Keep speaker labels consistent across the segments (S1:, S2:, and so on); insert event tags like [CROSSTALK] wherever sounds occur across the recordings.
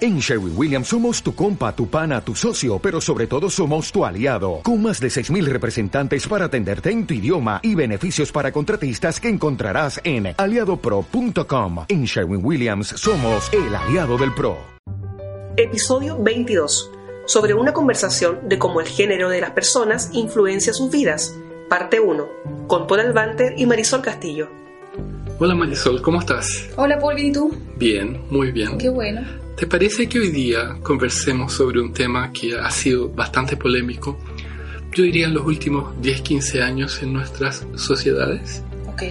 S1: En Sherwin Williams somos tu compa, tu pana, tu socio, pero sobre todo somos tu aliado, con más de 6.000 representantes para atenderte en tu idioma y beneficios para contratistas que encontrarás en aliadopro.com. En Sherwin Williams somos el aliado del PRO.
S2: Episodio 22. Sobre una conversación de cómo el género de las personas influencia sus vidas. Parte 1. Con Paul Albanter y Marisol Castillo.
S3: Hola Marisol, ¿cómo estás?
S4: Hola Paul, ¿bien y tú?
S3: Bien, muy bien.
S4: Qué bueno.
S3: ¿Te parece que hoy día conversemos sobre un tema que ha sido bastante polémico, yo diría en los últimos 10-15 años en nuestras sociedades?
S4: Ok,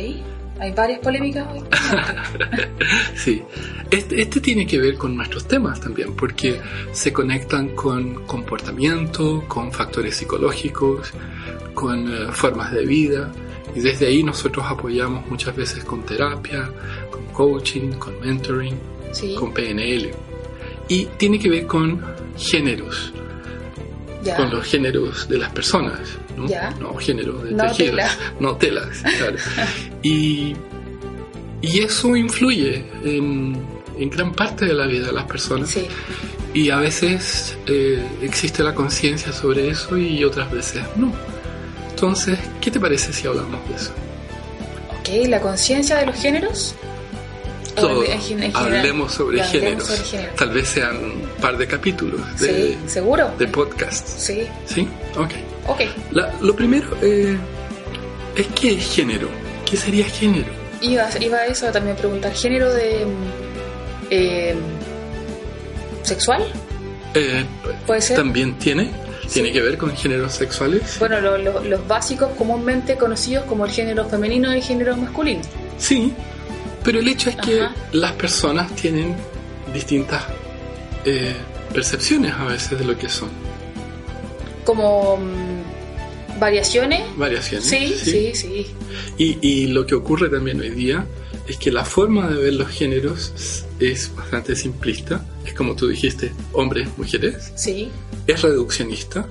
S4: hay varias polémicas
S3: [LAUGHS]
S4: hoy.
S3: sí, este, este, tiene que ver con nuestros temas también, porque se conectan con comportamiento, con factores psicológicos, con uh, formas de vida. Y desde ahí nosotros apoyamos muchas veces con terapia, con coaching, con mentoring, sí. con PNL. Y tiene que ver con géneros, ya. con los géneros de las personas, no, no géneros de
S4: no
S3: tejidos,
S4: tela.
S3: [LAUGHS] no telas. [LAUGHS] Claro. y, y, eso influye en, en, gran parte de la vida de las personas.
S4: Sí.
S3: Y a veces eh, existe la conciencia sobre eso y otras veces no. Entonces, ¿qué te parece si hablamos de eso?
S4: Ok, la conciencia de los géneros.
S3: Todo. En, en, en hablemos sobre ya, géneros. Hablemos sobre género. Tal vez sean un par de capítulos de,
S4: sí, seguro.
S3: de podcast.
S4: Sí.
S3: Sí, ok.
S4: okay.
S3: La, lo primero eh, es qué es género. ¿Qué sería género?
S4: Iba, iba a eso también a preguntar. ¿Género de. mm, Eh, sexual?
S3: Eh,
S4: Puede ser.
S3: También tiene. ¿Tiene sí. que ver con géneros sexuales?
S4: Bueno, lo, lo, los básicos comúnmente conocidos como el género femenino y el género masculino.
S3: Sí, pero el hecho es que Ajá. las personas tienen distintas eh, percepciones a veces de lo que son.
S4: Como mm, variaciones.
S3: Variaciones.
S4: Sí, sí, sí. sí.
S3: Y, y, lo que ocurre también hoy día es que la forma de ver los géneros es bastante simplista. Es como tú dijiste, hombres, mujeres.
S4: Sí.
S3: Es reduccionista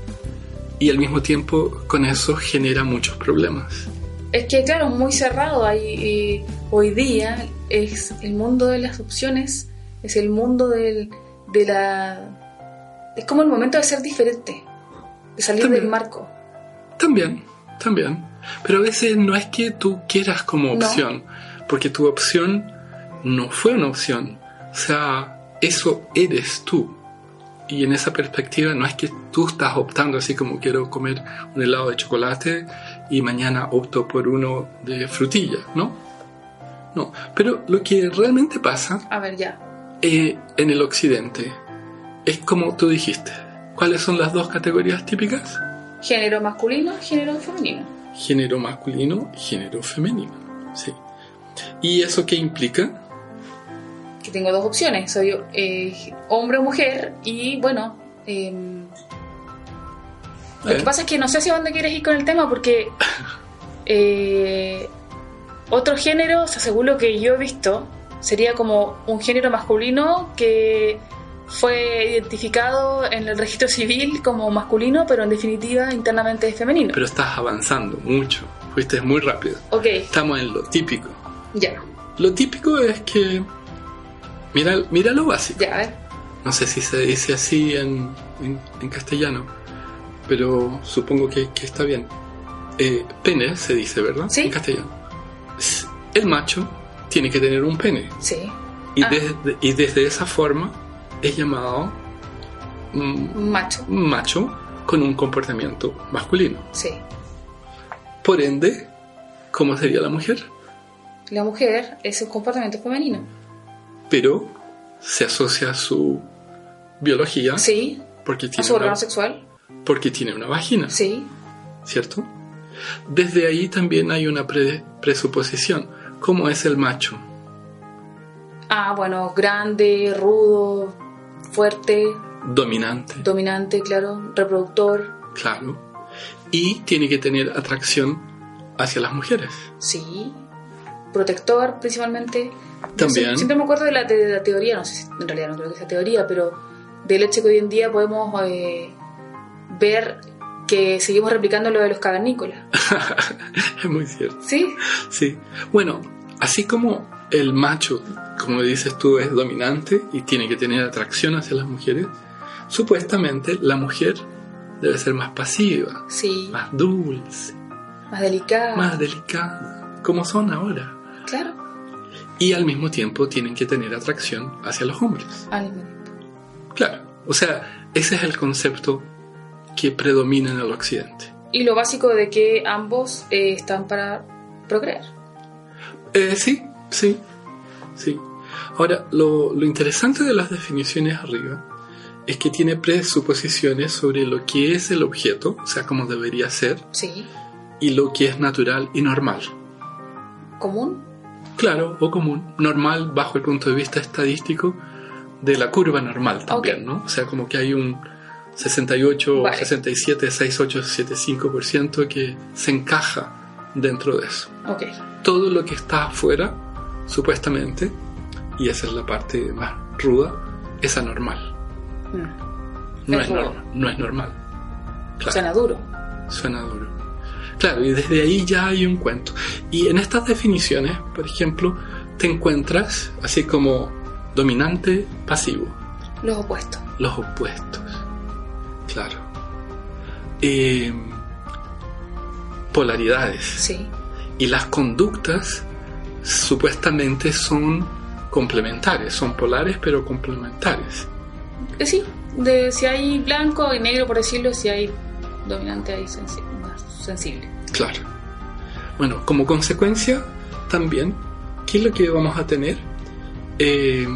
S3: y al mismo tiempo con eso genera muchos problemas.
S4: Es que claro, es muy cerrado. Hay, hoy día es el mundo de las opciones, es el mundo del, de la... Es como el momento de ser diferente, de salir
S3: también,
S4: del marco.
S3: También, también. Pero a veces no es que tú quieras como opción, no. porque tu opción no fue una opción. O sea, eso eres tú. Y en esa perspectiva no es que tú estás optando así como quiero comer un helado de chocolate y mañana opto por uno de frutilla, ¿no? No, pero lo que realmente pasa...
S4: A ver, ya.
S3: Eh, en el occidente es como tú dijiste. ¿Cuáles son las dos categorías típicas?
S4: Género masculino, género femenino.
S3: Género masculino, género femenino, sí. ¿Y eso qué implica?
S4: que tengo dos opciones, soy eh, hombre o mujer y bueno, eh, lo que pasa es que no sé hacia dónde quieres ir con el tema porque eh, otro género, o sea, según lo que yo he visto, sería como un género masculino que fue identificado en el registro civil como masculino, pero en definitiva internamente es femenino.
S3: Pero estás avanzando mucho, fuiste muy rápido.
S4: Ok.
S3: Estamos en lo típico.
S4: Ya. Yeah.
S3: Lo típico es que Mira, mira, lo básico.
S4: Ya, a ver.
S3: No sé si se dice así en, en, en castellano, pero supongo que, que está bien. Eh, pene se dice, ¿verdad?
S4: Sí.
S3: En castellano. El macho tiene que tener un pene.
S4: Sí.
S3: Y, ah. desde, y desde esa forma es llamado
S4: mm, macho.
S3: Macho con un comportamiento masculino.
S4: Sí.
S3: Por ende, ¿cómo sería la mujer?
S4: La mujer es un comportamiento femenino
S3: pero se asocia a su biología.
S4: Sí.
S3: Porque tiene
S4: a su órgano sexual.
S3: Porque tiene una vagina.
S4: Sí.
S3: ¿Cierto? Desde ahí también hay una pre presuposición. ¿Cómo es el macho?
S4: Ah, bueno, grande, rudo, fuerte.
S3: Dominante.
S4: Dominante, claro. Reproductor.
S3: Claro. Y tiene que tener atracción hacia las mujeres. [LAUGHS]
S4: Sí. Protector, principalmente.
S3: También.
S4: Yo siempre me acuerdo de la, de la, teoría, no sé si en realidad no creo que sea teoría, pero del hecho que hoy en día podemos eh, ver que seguimos replicando lo de los
S3: [LAUGHS]
S4: cavernícolas.
S3: es muy cierto.
S4: ¿Sí?
S3: Sí. Bueno, así como el macho, como dices tú, es dominante y tiene que tener atracción hacia las mujeres, supuestamente la mujer debe ser más pasiva,
S4: Sí,
S3: más dulce,
S4: más delicada.
S3: más delicada, como son ahora.
S4: Claro.
S3: Y al mismo tiempo tienen que tener atracción hacia los hombres.
S4: Al-
S3: Claro, o sea, ese es el concepto que predomina en el occidente.
S4: Y lo básico de que ambos eh, están para procrear.
S3: Eh, sí, sí, sí. Ahora, lo, lo interesante de las definiciones arriba es que tiene presuposiciones sobre lo que es el objeto, o sea, cómo debería ser,
S4: Sí.
S3: y lo que es natural y normal.
S4: Común.
S3: Claro, o común, normal bajo el punto de vista estadístico de la curva normal también,
S4: Ok.
S3: ¿no? O sea, como que hay un 68,
S4: Vale.
S3: 67, 68, 75% que se encaja dentro de eso.
S4: Ok.
S3: todo lo que está afuera, supuestamente, y esa es la parte más ruda, es anormal.
S4: Mm.
S3: No
S4: Es
S3: es,
S4: rudo.
S3: normal. No es normal. Claro, suena.
S4: Suena duro.
S3: duro. Claro, y desde ahí ya hay un cuento. Y en estas definiciones, por ejemplo, te encuentras así como dominante, pasivo,
S4: Los opuestos.
S3: los opuestos. Claro. Eh, polaridades.
S4: Sí.
S3: y las conductas supuestamente son complementarias, son polares pero complementarias.
S4: Eh, sí, de si hay blanco y negro, por decirlo, si hay dominante, hay sensi- más sensible.
S3: Claro. Bueno, como consecuencia también, ¿qué es lo que vamos a tener? Eh,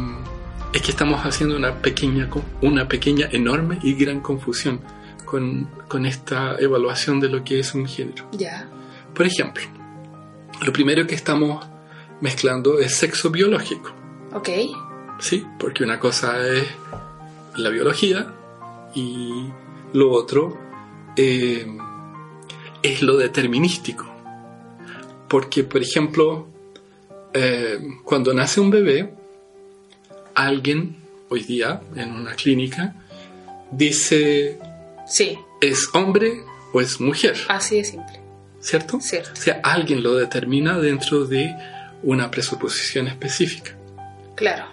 S3: es que estamos haciendo una pequeña, co- una pequeña, enorme y gran confusión con, con esta evaluación de lo que es un género.
S4: Ya.
S3: Por ejemplo, lo primero que estamos mezclando es sexo biológico.
S4: Ok.
S3: Sí, porque una cosa es la biología y lo otro eh, es lo determinístico. Porque, por ejemplo, eh, cuando nace un bebé, alguien hoy día en una clínica dice
S4: Sí,
S3: es hombre o es mujer,
S4: así de simple.
S3: ¿cierto?
S4: Cierto.
S3: O sea, alguien lo determina dentro de una presuposición específica.
S4: Claro.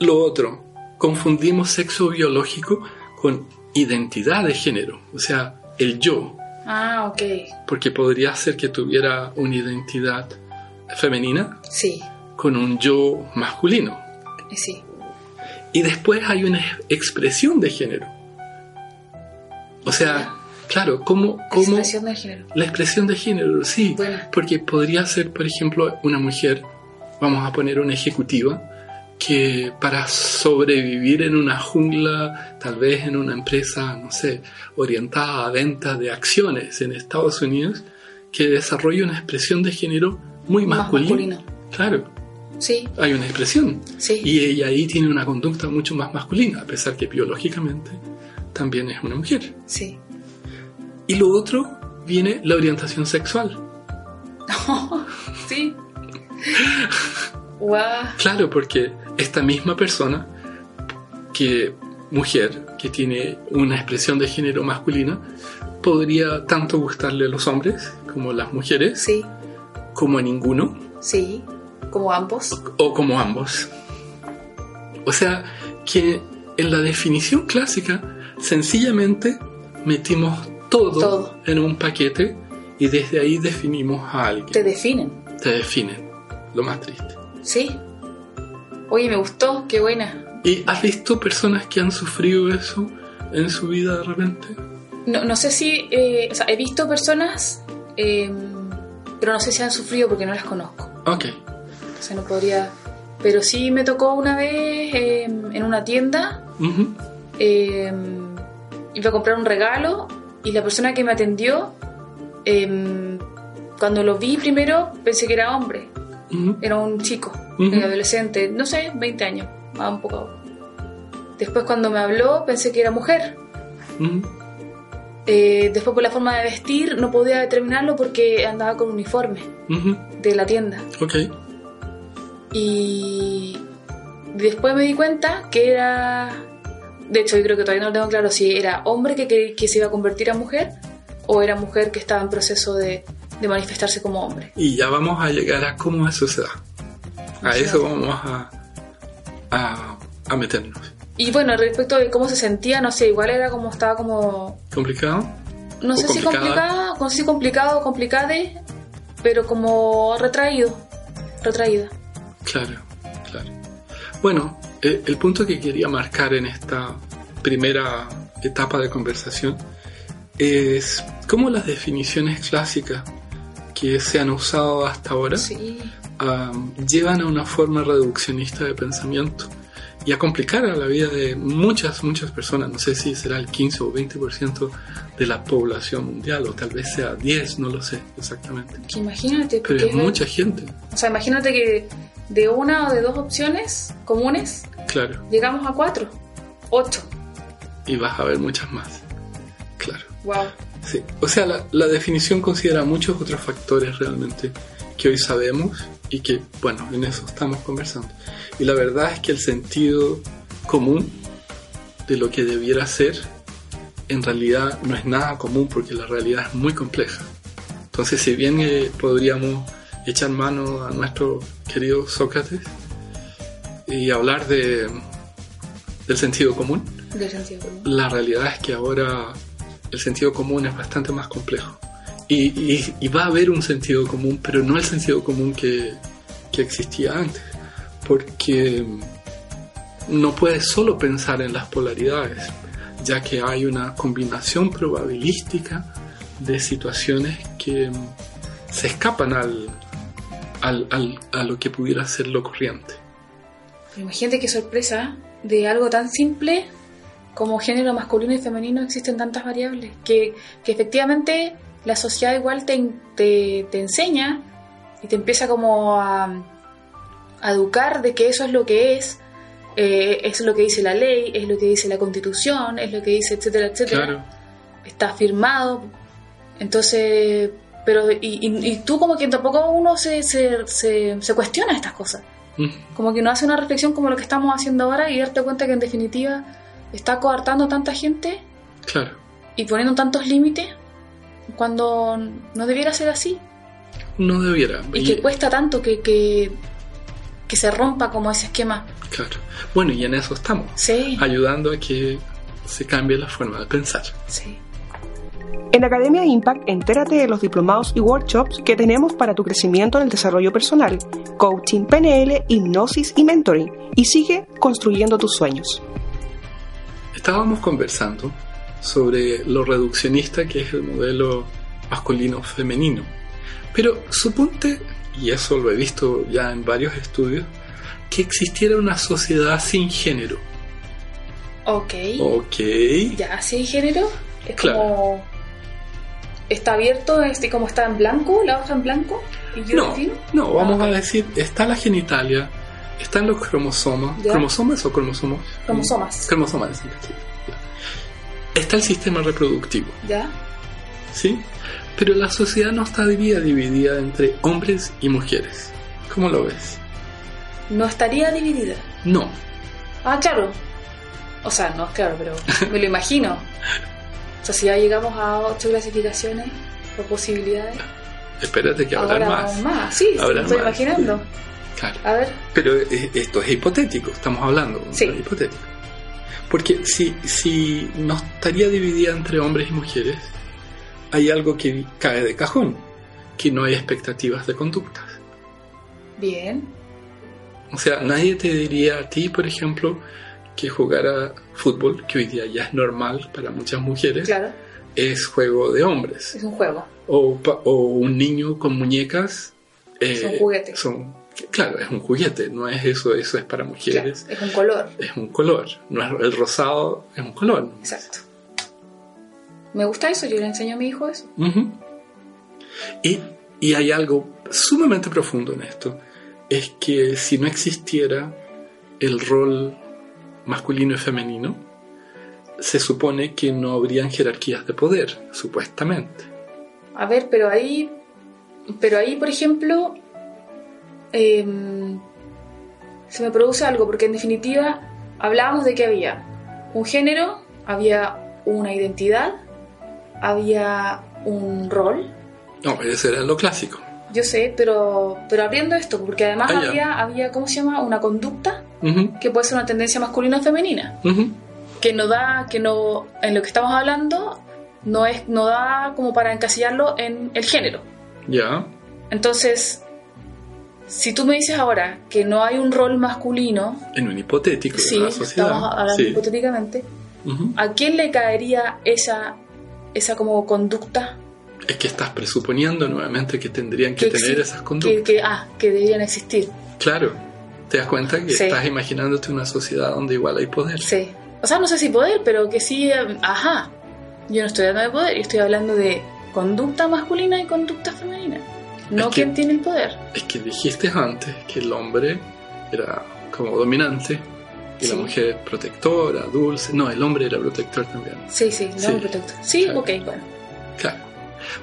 S3: Lo otro, confundimos sexo biológico con identidad de género, o sea, el yo,
S4: Ah, ok.
S3: porque podría ser que tuviera una identidad femenina
S4: Sí,
S3: con un yo masculino.
S4: eh, sí.
S3: Y después hay una ex- expresión de género. O sea, claro, ¿cómo, cómo
S4: Expresión del género.
S3: la expresión de género? Sí,
S4: Buena.
S3: porque podría ser, por ejemplo, una mujer, vamos a poner una ejecutiva, que para sobrevivir en una jungla, tal vez en una empresa, no sé, orientada a ventas de acciones en Estados Unidos, que desarrolla una expresión de género muy
S4: Más
S3: masculina.
S4: masculino.
S3: Claro,
S4: Sí,
S3: hay una expresión.
S4: sí.
S3: Y ella ahí tiene una conducta mucho más masculina, a pesar que biológicamente también es una mujer.
S4: Sí.
S3: Y lo otro viene la orientación sexual.
S4: [LAUGHS] sí. Guau.
S3: Claro, porque esta misma persona, que mujer, que tiene una expresión de género masculina, podría tanto gustarle a los hombres como a las mujeres,
S4: Sí,
S3: como a ninguno,
S4: sí. Como ambos.
S3: o como ambos. O sea, que en la definición clásica, sencillamente metimos todo,
S4: Todo.
S3: en un paquete y desde ahí definimos a alguien.
S4: Te definen.
S3: Te definen, lo más triste.
S4: Sí. Oye, me gustó. Qué buena.
S3: ¿Y has visto personas que han sufrido eso en su vida de repente?
S4: No, no sé si... eh, o sea, he visto personas, eh, pero no sé si han sufrido porque no las conozco.
S3: Ok,
S4: O sea, no podría... Pero sí me tocó una vez eh, en una tienda,
S3: ujú,
S4: eh, iba a comprar un regalo y la persona que me atendió, eh, cuando lo vi primero, pensé que era hombre.
S3: ujú.
S4: Era un chico,
S3: Ujú.
S4: un adolescente, no sé, 20 años, más un poco. Después cuando me habló pensé que era mujer.
S3: Mm,
S4: Eh, después por la forma de vestir no podía determinarlo porque andaba con uniforme
S3: ujú,
S4: de la tienda.
S3: Ok,
S4: Y después me di cuenta que era... De hecho, yo creo que todavía no lo tengo claro si era hombre que, cre- que se iba a convertir a mujer o era mujer que estaba en proceso de, de manifestarse como hombre.
S3: y ya vamos a llegar a cómo eso se da. A eso vamos a, a, a meternos.
S4: Y bueno, respecto de cómo se sentía, no sé, igual era como estaba como.
S3: ¿Complicado?
S4: No
S3: ¿O
S4: sé si
S3: complicada?
S4: complicada, no sé si complicado o complicade, pero como retraído. Retraída.
S3: Claro, claro. Bueno, eh, el punto que quería marcar en esta primera etapa de conversación es cómo las definiciones clásicas que se han usado hasta ahora
S4: Sí.
S3: am, llevan a una forma reduccionista de pensamiento y a complicar a la vida de muchas, muchas personas. No sé si será el 15 o 20% de la población mundial o tal vez sea 10, no lo sé exactamente.
S4: Que imagínate.
S3: Pero es
S4: porque-
S3: mucha gente,
S4: O sea, imagínate que de una o de dos opciones comunes
S3: claro.
S4: llegamos a cuatro. Ocho.
S3: y vas a ver muchas más. Claro.
S4: Wow.
S3: Sí. O sea, la, la definición considera muchos otros factores realmente que hoy sabemos y que, bueno, en eso estamos conversando. Y la verdad es que el sentido común de lo que debiera ser en realidad no es nada común porque la realidad es muy compleja. Entonces, si bien eh, podríamos echar mano a nuestro querido Sócrates y hablar de, del sentido común,
S4: De sentido común.
S3: la realidad es que ahora el sentido común es bastante más complejo. Y, y- y va a haber un sentido común, pero no el sentido común que, que existía antes. Porque no puedes solo pensar en las polaridades, ya que hay una combinación probabilística de situaciones que mm, se escapan al, al- al- a lo que pudiera ser lo corriente.
S4: Pero Imagínate qué sorpresa ¿eh? de algo tan simple como género masculino y femenino existen tantas variables que, que efectivamente la sociedad igual te, en- te, te enseña y te empieza como a, a educar de que eso es lo que es, eh, es lo que dice la ley, es lo que dice la constitución, es lo que dice, etcétera, etcétera
S3: Claro,
S4: está firmado. Entonces, pero, y, y- y tú como que tampoco uno se, se, se, se cuestiona estas cosas.
S3: Mm,
S4: Como que no hace una reflexión como lo que estamos haciendo ahora y darte cuenta que en definitiva está coartando tanta gente
S3: claro.
S4: y poniendo tantos límites cuando no debiera ser así.
S3: No debiera.
S4: Y,
S3: Y-
S4: que cuesta tanto que, que, que se rompa como ese esquema.
S3: claro. Bueno, y en eso estamos.
S4: Sí,
S3: ayudando a que se cambie la forma de pensar.
S4: sí.
S2: En Academia Impact, entérate de los diplomados y workshops que tenemos para tu crecimiento en el desarrollo personal, coaching, PNL, hipnosis y mentoring. Y sigue construyendo tus sueños.
S3: Estábamos conversando sobre lo reduccionista que es el modelo masculino-femenino, pero suponte, y eso lo he visto ya en varios estudios, que existiera una sociedad sin género.
S4: Ok.
S3: Ok,
S4: ya sin género es
S3: Claro.
S4: como está abierto este como está en blanco la hoja en blanco y yo
S3: no,
S4: defino
S3: no, vamos
S4: Ah,
S3: a decir, está la genitalia, están los cromosomas,
S4: Ya.
S3: cromosomas o cromosomos?
S4: Cromosomas.
S3: Cromosomas, en castellano, ya. está el sistema reproductivo.
S4: ya
S3: ¿sí? Pero la sociedad no está dividida, dividida entre hombres y mujeres. ¿Cómo lo ves?
S4: no estaría dividida
S3: No,
S4: ah claro o sea no claro
S3: [LAUGHS]
S4: pero me lo imagino o sea si ya llegamos a ocho clasificaciones o posibilidades
S3: espérate que hablar
S4: ahora
S3: más.
S4: vamos más sí, sí me
S3: Hablar
S4: estoy
S3: más,
S4: imaginando
S3: Claro.
S4: a ver
S3: Pero eh, esto es hipotético, estamos hablando de
S4: Sí.
S3: un hipotético. Porque si, si no estaría dividida entre hombres y mujeres, hay algo que cae de cajón, que no hay expectativas de conductas.
S4: bien
S3: O sea, nadie te diría a ti, por ejemplo, que jugar a fútbol, que hoy día ya es normal para muchas mujeres,
S4: claro
S3: es juego de hombres.
S4: es un juego
S3: O, pa- o un niño con muñecas. eh,
S4: Es un juguete.
S3: son- claro, es un juguete, no es eso, eso es para
S4: claro,
S3: mujeres.
S4: es un color
S3: Es un color, no es, el rosado es un color.
S4: exacto me gusta eso yo le enseño a mi hijo eso
S3: Ujú. y, y hay algo sumamente profundo en esto, es que si no existiera el rol masculino y femenino, se supone que no habrían jerarquías de poder, supuestamente.
S4: A ver, pero ahí, pero ahí, por ejemplo, em, se me produce algo, porque en definitiva hablábamos de que había un género, había una identidad, había un rol,
S3: No, eso era lo clásico.
S4: Yo sé, pero, pero abriendo esto, porque además
S3: Ah, ya.
S4: había, había, ¿cómo se llama? Una conducta
S3: Ujú,
S4: que puede ser una tendencia masculina o femenina,
S3: ujú.
S4: que no da, que no, en lo que estamos hablando, no, es, no da como para encasillarlo en el género.
S3: Ya.
S4: Entonces, si tú me dices ahora que no hay un rol masculino,
S3: En un hipotético de
S4: sí,
S3: la sociedad.
S4: estamos hablando
S3: sí.
S4: hipotéticamente,
S3: Ujú.
S4: ¿a quién le caería esa, esa como conducta
S3: Es que estás presuponiendo nuevamente que tendrían que,
S4: Que
S3: tener
S4: exi-
S3: esas
S4: que,
S3: conductas.
S4: que, ah, que deberían existir?
S3: Claro. Te das cuenta que
S4: Sí.
S3: estás imaginándote una sociedad donde igual hay poder.
S4: Sí. O sea, no sé si poder, pero que sí, eh, ajá. Yo no estoy hablando de poder, yo estoy hablando de conducta masculina y conducta femenina. No
S3: Es que-
S4: quién tiene el poder.
S3: Es que dijiste antes que el hombre era como dominante y
S4: Sí.
S3: la mujer protectora, dulce. No, el hombre era protector también.
S4: Sí, sí, no
S3: Sí.
S4: protector. Sí,
S3: Claro.
S4: ok, bueno.
S3: Claro.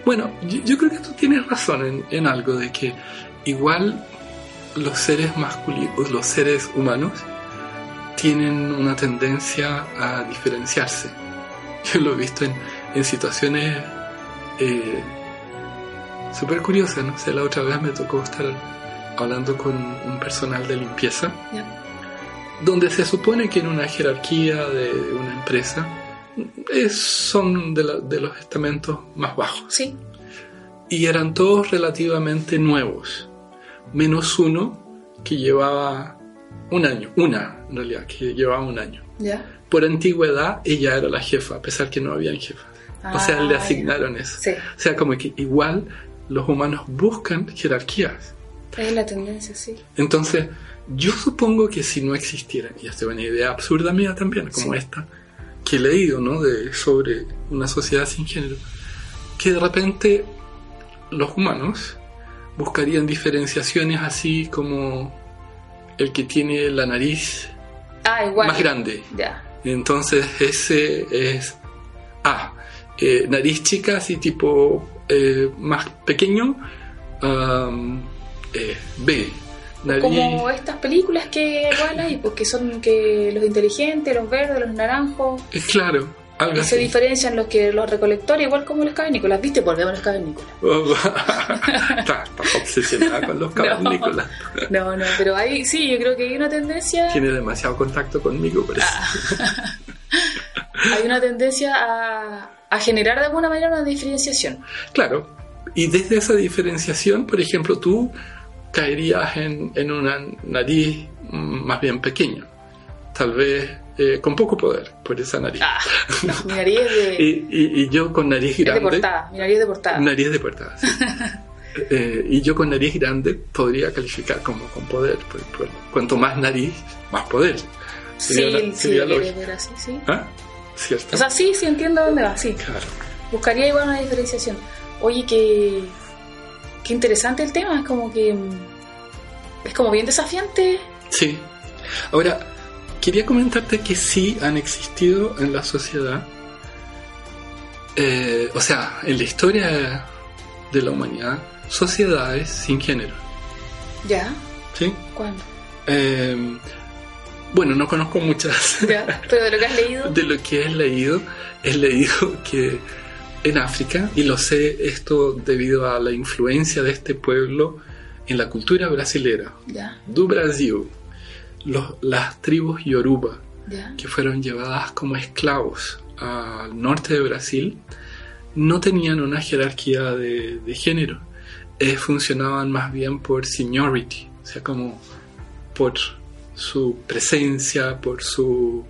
S3: Bueno, yo, yo creo que tú tienes razón en, en algo de que igual los seres masculinos, los seres humanos, tienen una tendencia a diferenciarse. [LAUGHS] Yo lo he visto en, en situaciones eh, súper curiosas, no sé, la otra vez me tocó estar hablando con un personal de limpieza,
S4: Ya.
S3: donde se supone que en una jerarquía de una empresa es- son de, la- de los estamentos más bajos
S4: Sí,
S3: y eran todos relativamente nuevos, menos uno que llevaba un año, una en realidad, que llevaba un año.
S4: ya.
S3: Por antigüedad ella era la jefa, a pesar que no habían jefa. o sea, le
S4: Ah,
S3: asignaron eso.
S4: Sí,
S3: O sea, como que igual los humanos buscan jerarquías.
S4: es la tendencia, sí.
S3: Entonces, yo supongo que si no existiera, y esta es una idea absurda mía también, como
S4: Sí.
S3: esta, que he leído, ¿no? De, sobre una sociedad sin género, que de repente los humanos buscarían diferenciaciones así como el que tiene la nariz
S4: Ah, igual.
S3: más grande.
S4: Ya.
S3: Entonces, ese es A. eh, nariz chica, así tipo eh, más pequeño. am, eh, B. Nariz.
S4: Como estas películas que igual hay, porque son que los inteligentes, los verdes, los naranjos,
S3: Eh, claro, algo
S4: y
S3: [LAUGHS]
S4: se
S3: así.
S4: diferencian los que los recolectores, igual como los cavernícolas. ¿Viste? Volvemos a los cavernícolas.
S3: está, está obsesionada con
S4: [LAUGHS]
S3: los cavernícolas.
S4: No, no, pero ahí sí, yo creo que hay una tendencia.
S3: Tiene demasiado contacto conmigo, por eso.
S4: Ah. hay una tendencia a, a generar de alguna manera una diferenciación.
S3: Claro. Y desde esa diferenciación, por ejemplo, tú caerías en, en una nariz mm, más bien pequeña, tal vez eh, con poco poder por esa nariz.
S4: Ah, no, mi nariz es de,
S3: Y, y- y yo con nariz
S4: es de
S3: grande,
S4: portada, mi nariz es de portada.
S3: nariz de portada,
S4: [LAUGHS]
S3: sí. Eh, y yo con nariz grande podría calificar como con poder. por- por- cuanto más nariz, más poder.
S4: sí,
S3: sería la-
S4: sí,
S3: sería
S4: quería
S3: lógico.
S4: ver así, sí.
S3: ¿Ah? ¿Cierto?
S4: O sea, sí, sí entiendo dónde va, sí.
S3: claro.
S4: Buscaría igual una diferenciación. Oye, que qué interesante el tema, es como que mm, es como bien desafiante.
S3: Sí. Ahora, quería comentarte que sí han existido en la sociedad, eh, o sea, en la historia de la humanidad, sociedades sin género.
S4: Ya,
S3: ¿sí?
S4: ¿cuándo?
S3: Eh, bueno, no conozco muchas. [LAUGHS]
S4: Ya, pero de lo que has leído,
S3: De lo que he leído, he leído que en África, y lo sé esto debido a la influencia de este pueblo en la cultura brasilera,
S4: ya,
S3: do Brasil, los- las tribus Yoruba,
S4: ya,
S3: que fueron llevadas como esclavos al norte de Brasil no tenían una jerarquía de, de género. Eh, funcionaban más bien por seniority, o sea, como por su presencia, por su...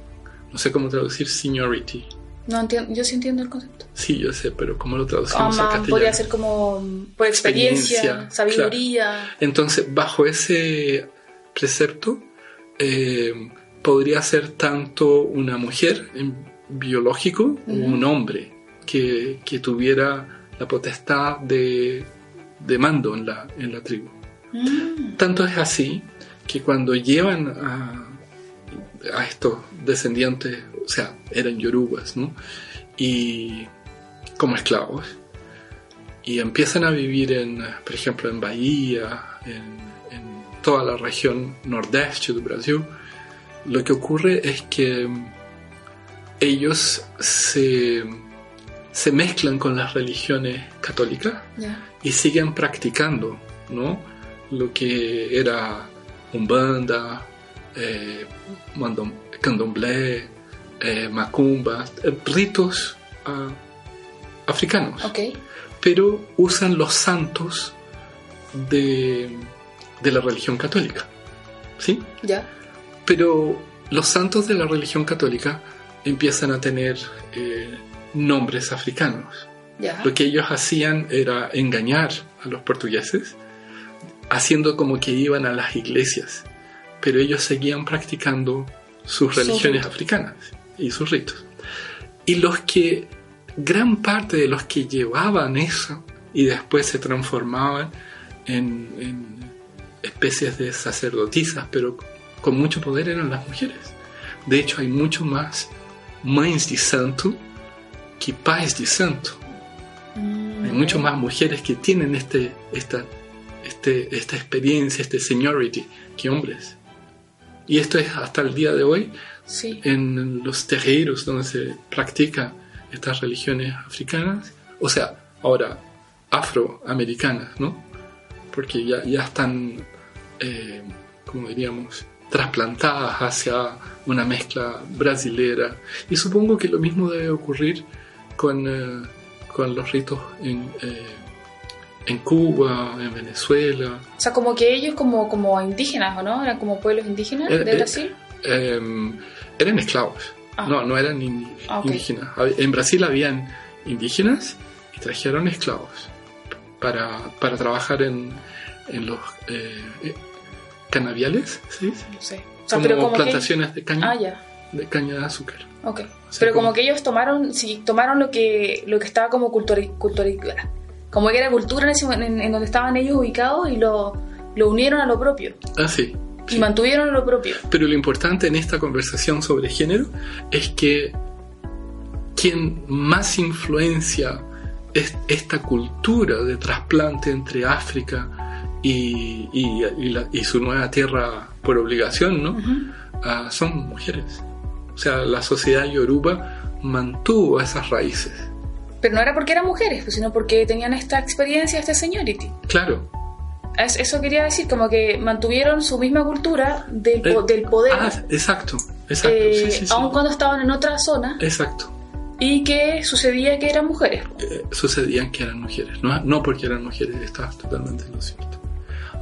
S3: no sé cómo traducir seniority.
S4: no entiendo, yo sí entiendo el concepto.
S3: Sí, yo sé, pero ¿cómo lo
S4: Ah,
S3: traducimos al
S4: man,
S3: castellano?
S4: podría ser como mm, por experiencia,
S3: Experiencia,
S4: sabiduría.
S3: Entonces, bajo ese precepto, eh, podría ser tanto una mujer en biológico o
S4: Ujú.
S3: un hombre que, que tuviera la potestad de, de mando en la, en la tribu.
S4: Mm,
S3: Tanto es así que cuando llevan a, a estos descendientes, o sea, eran yorubas, ¿no? Y como esclavos, y empiezan a vivir en, por ejemplo, en Bahía, en, en toda la región nordeste de Brasil, lo que ocurre es que ellos se, se mezclan con las religiones católicas
S4: Ya.
S3: y siguen practicando, ¿no? Lo que era Umbanda, eh, mandom- candomblé, eh, macumba, eh, ritos ah, africanos
S4: Ok.
S3: pero usan los santos de, de la religión católica. ¿Sí?
S4: Ya.
S3: Pero los santos de la religión católica empiezan a tener eh, nombres africanos.
S4: Ya.
S3: Lo que ellos hacían era engañar a los portugueses, haciendo como que iban a las iglesias, pero ellos seguían practicando sus
S4: Sus
S3: religiones
S4: ritos.
S3: africanas y sus ritos. Y los que, gran parte de los que llevaban eso y después se transformaban en, en especies de sacerdotisas, pero con mucho poder eran las mujeres. De hecho, hay mucho más mães de santo que pais de santo.
S4: Mm,
S3: Hay mucho más mujeres que tienen este, esta, este, esta experiencia, este seniority, que hombres. Y esto es hasta el día de hoy
S4: Sí.
S3: en los terreiros donde se practica estas religiones africanas, o sea, ahora afroamericanas, ¿no? Porque ya, ya están, eh, como diríamos, trasplantadas hacia una mezcla brasilera. Y supongo que lo mismo debe ocurrir con, eh, con los ritos en, eh, en Cuba, en Venezuela.
S4: O sea, como que ellos como, como indígenas, ¿o no? Eran como pueblos indígenas
S3: Eh,
S4: de
S3: eh.
S4: Brasil.
S3: Eh, eran esclavos.
S4: Ah.
S3: No, no eran indi-
S4: Ah, ok.
S3: indígenas. Hab- En Brasil habían indígenas y trajeron esclavos para, para trabajar en, en los eh, eh, canaviales, ¿sí?
S4: No sé. O sea,
S3: Como,
S4: Ah, pero como
S3: plantaciones de,
S4: que...
S3: caña,
S4: Ah, ya.
S3: de caña de azúcar.
S4: Ok.
S3: O sea,
S4: Pero como
S3: como-
S4: que ellos tomaron, sí, tomaron lo que, lo que estaba como cultura, como que era cultura en, ese- en- en donde estaban ellos ubicados y lo, lo unieron a lo propio
S3: Ah, sí.
S4: y mantuvieron lo propio.
S3: Pero lo importante en esta conversación sobre género es que quien más influencia es esta cultura de trasplante entre África y, y- y la- y su nueva tierra por obligación, ¿no? Ah, son mujeres. O sea, la sociedad yoruba mantuvo esas raíces.
S4: Pero no era porque eran mujeres, pues, sino porque tenían esta experiencia, este seniority.
S3: Claro.
S4: Es- eso quería decir, como que mantuvieron su misma cultura del, po-
S3: Eh,
S4: del poder,
S3: Ah, exacto, exacto.
S4: eh,
S3: sí, sí, sí.
S4: aun cuando estaban en otra zona,
S3: Exacto.
S4: y que sucedía que eran mujeres.
S3: eh, sucedían que eran mujeres, no, no porque eran mujeres, estás totalmente en lo cierto.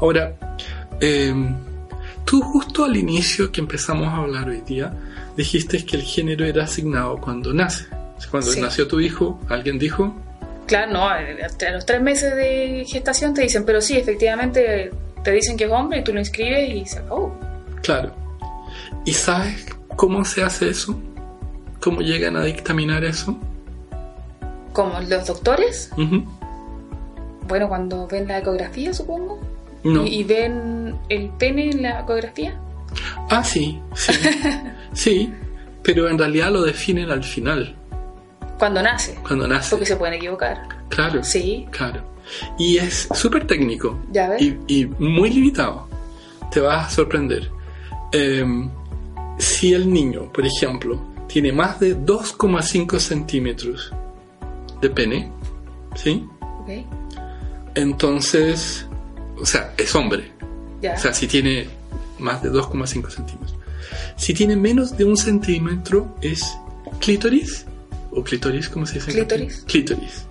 S3: Ahora, eh, tú justo al inicio que empezamos a hablar hoy día, dijiste que el género era asignado cuando nace. Cuando
S4: Sí.
S3: nació tu hijo, alguien dijo,
S4: Claro, no, a a los tres meses de gestación te dicen, pero sí, efectivamente te dicen que es hombre y tú lo inscribes y se acabó.
S3: claro. ¿Y sabes cómo se hace eso? ¿Cómo llegan a dictaminar eso?
S4: Como los doctores,
S3: Ujú.
S4: bueno, cuando ven la ecografía, supongo,
S3: No.
S4: y, y ven el pene en la ecografía.
S3: Ah, sí,
S4: [LAUGHS]
S3: sí. sí, pero en realidad lo definen al final,
S4: Cuando nace,
S3: cuando nace.
S4: porque se pueden equivocar.
S3: Claro.
S4: Sí,
S3: Claro. Y es súper técnico.
S4: Ya ves.
S3: Y, y muy limitado. Te vas a sorprender. Em, si el niño, por ejemplo, tiene más de 2,5 centímetros de pene, ¿sí?
S4: ok,
S3: Entonces, o sea, es hombre.
S4: ya.
S3: O sea, si tiene más de 2,5 centímetros. Si tiene menos de un centímetro es clítoris. ¿O clítoris? ¿Cómo se dice?
S4: Clítoris.
S3: Clítoris.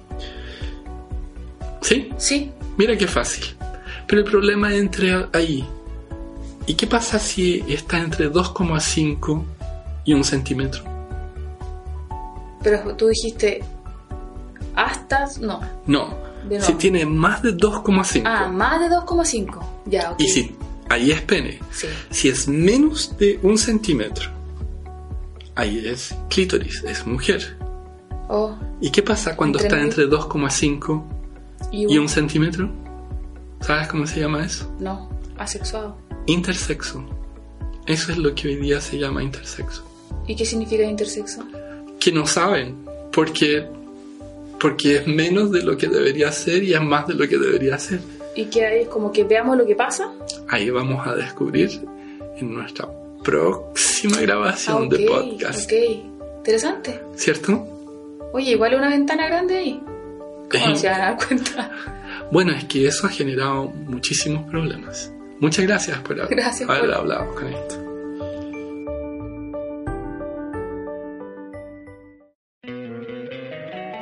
S3: ¿Sí?
S4: sí,
S3: Mira qué fácil. Pero el problema entra ahí. ¿Y qué pasa si está entre 2,5 y 1 centímetro?
S4: pero tú dijiste hasta, no,
S3: No.
S4: De
S3: Si
S4: no.
S3: tiene más de 2,5.
S4: ah, más de 2,5. Ya, ok.
S3: y si ahí es pene.
S4: Sí,
S3: Si es menos de 1 centímetro, ahí es clítoris, es mujer.
S4: oh,
S3: ¿Y qué pasa cuando
S4: Entre
S3: está
S4: medio.
S3: entre 2,5
S4: y un,
S3: y 1 centímetro? ¿Sabes cómo se llama eso?
S4: no, asexuado.
S3: Intersexo. Eso es lo que hoy día se llama intersexo.
S4: ¿Y qué significa intersexo?
S3: que no saben porque porque es menos de lo que debería ser y es más de lo que debería ser.
S4: y que ahí es como que veamos lo que pasa.
S3: Ahí vamos a descubrir en nuestra próxima grabación
S4: Ah,
S3: de
S4: ok,
S3: podcast,
S4: ok. Interesante.
S3: ¿cierto?
S4: Ok, Oye, igual una ventana grande ahí. ¿Cómo no se van a dar cuenta?
S3: Bueno, es que eso ha generado muchísimos problemas. Muchas gracias por haber,
S4: [LAUGHS] Gracias
S3: haber
S4: por-
S3: hablado con esto.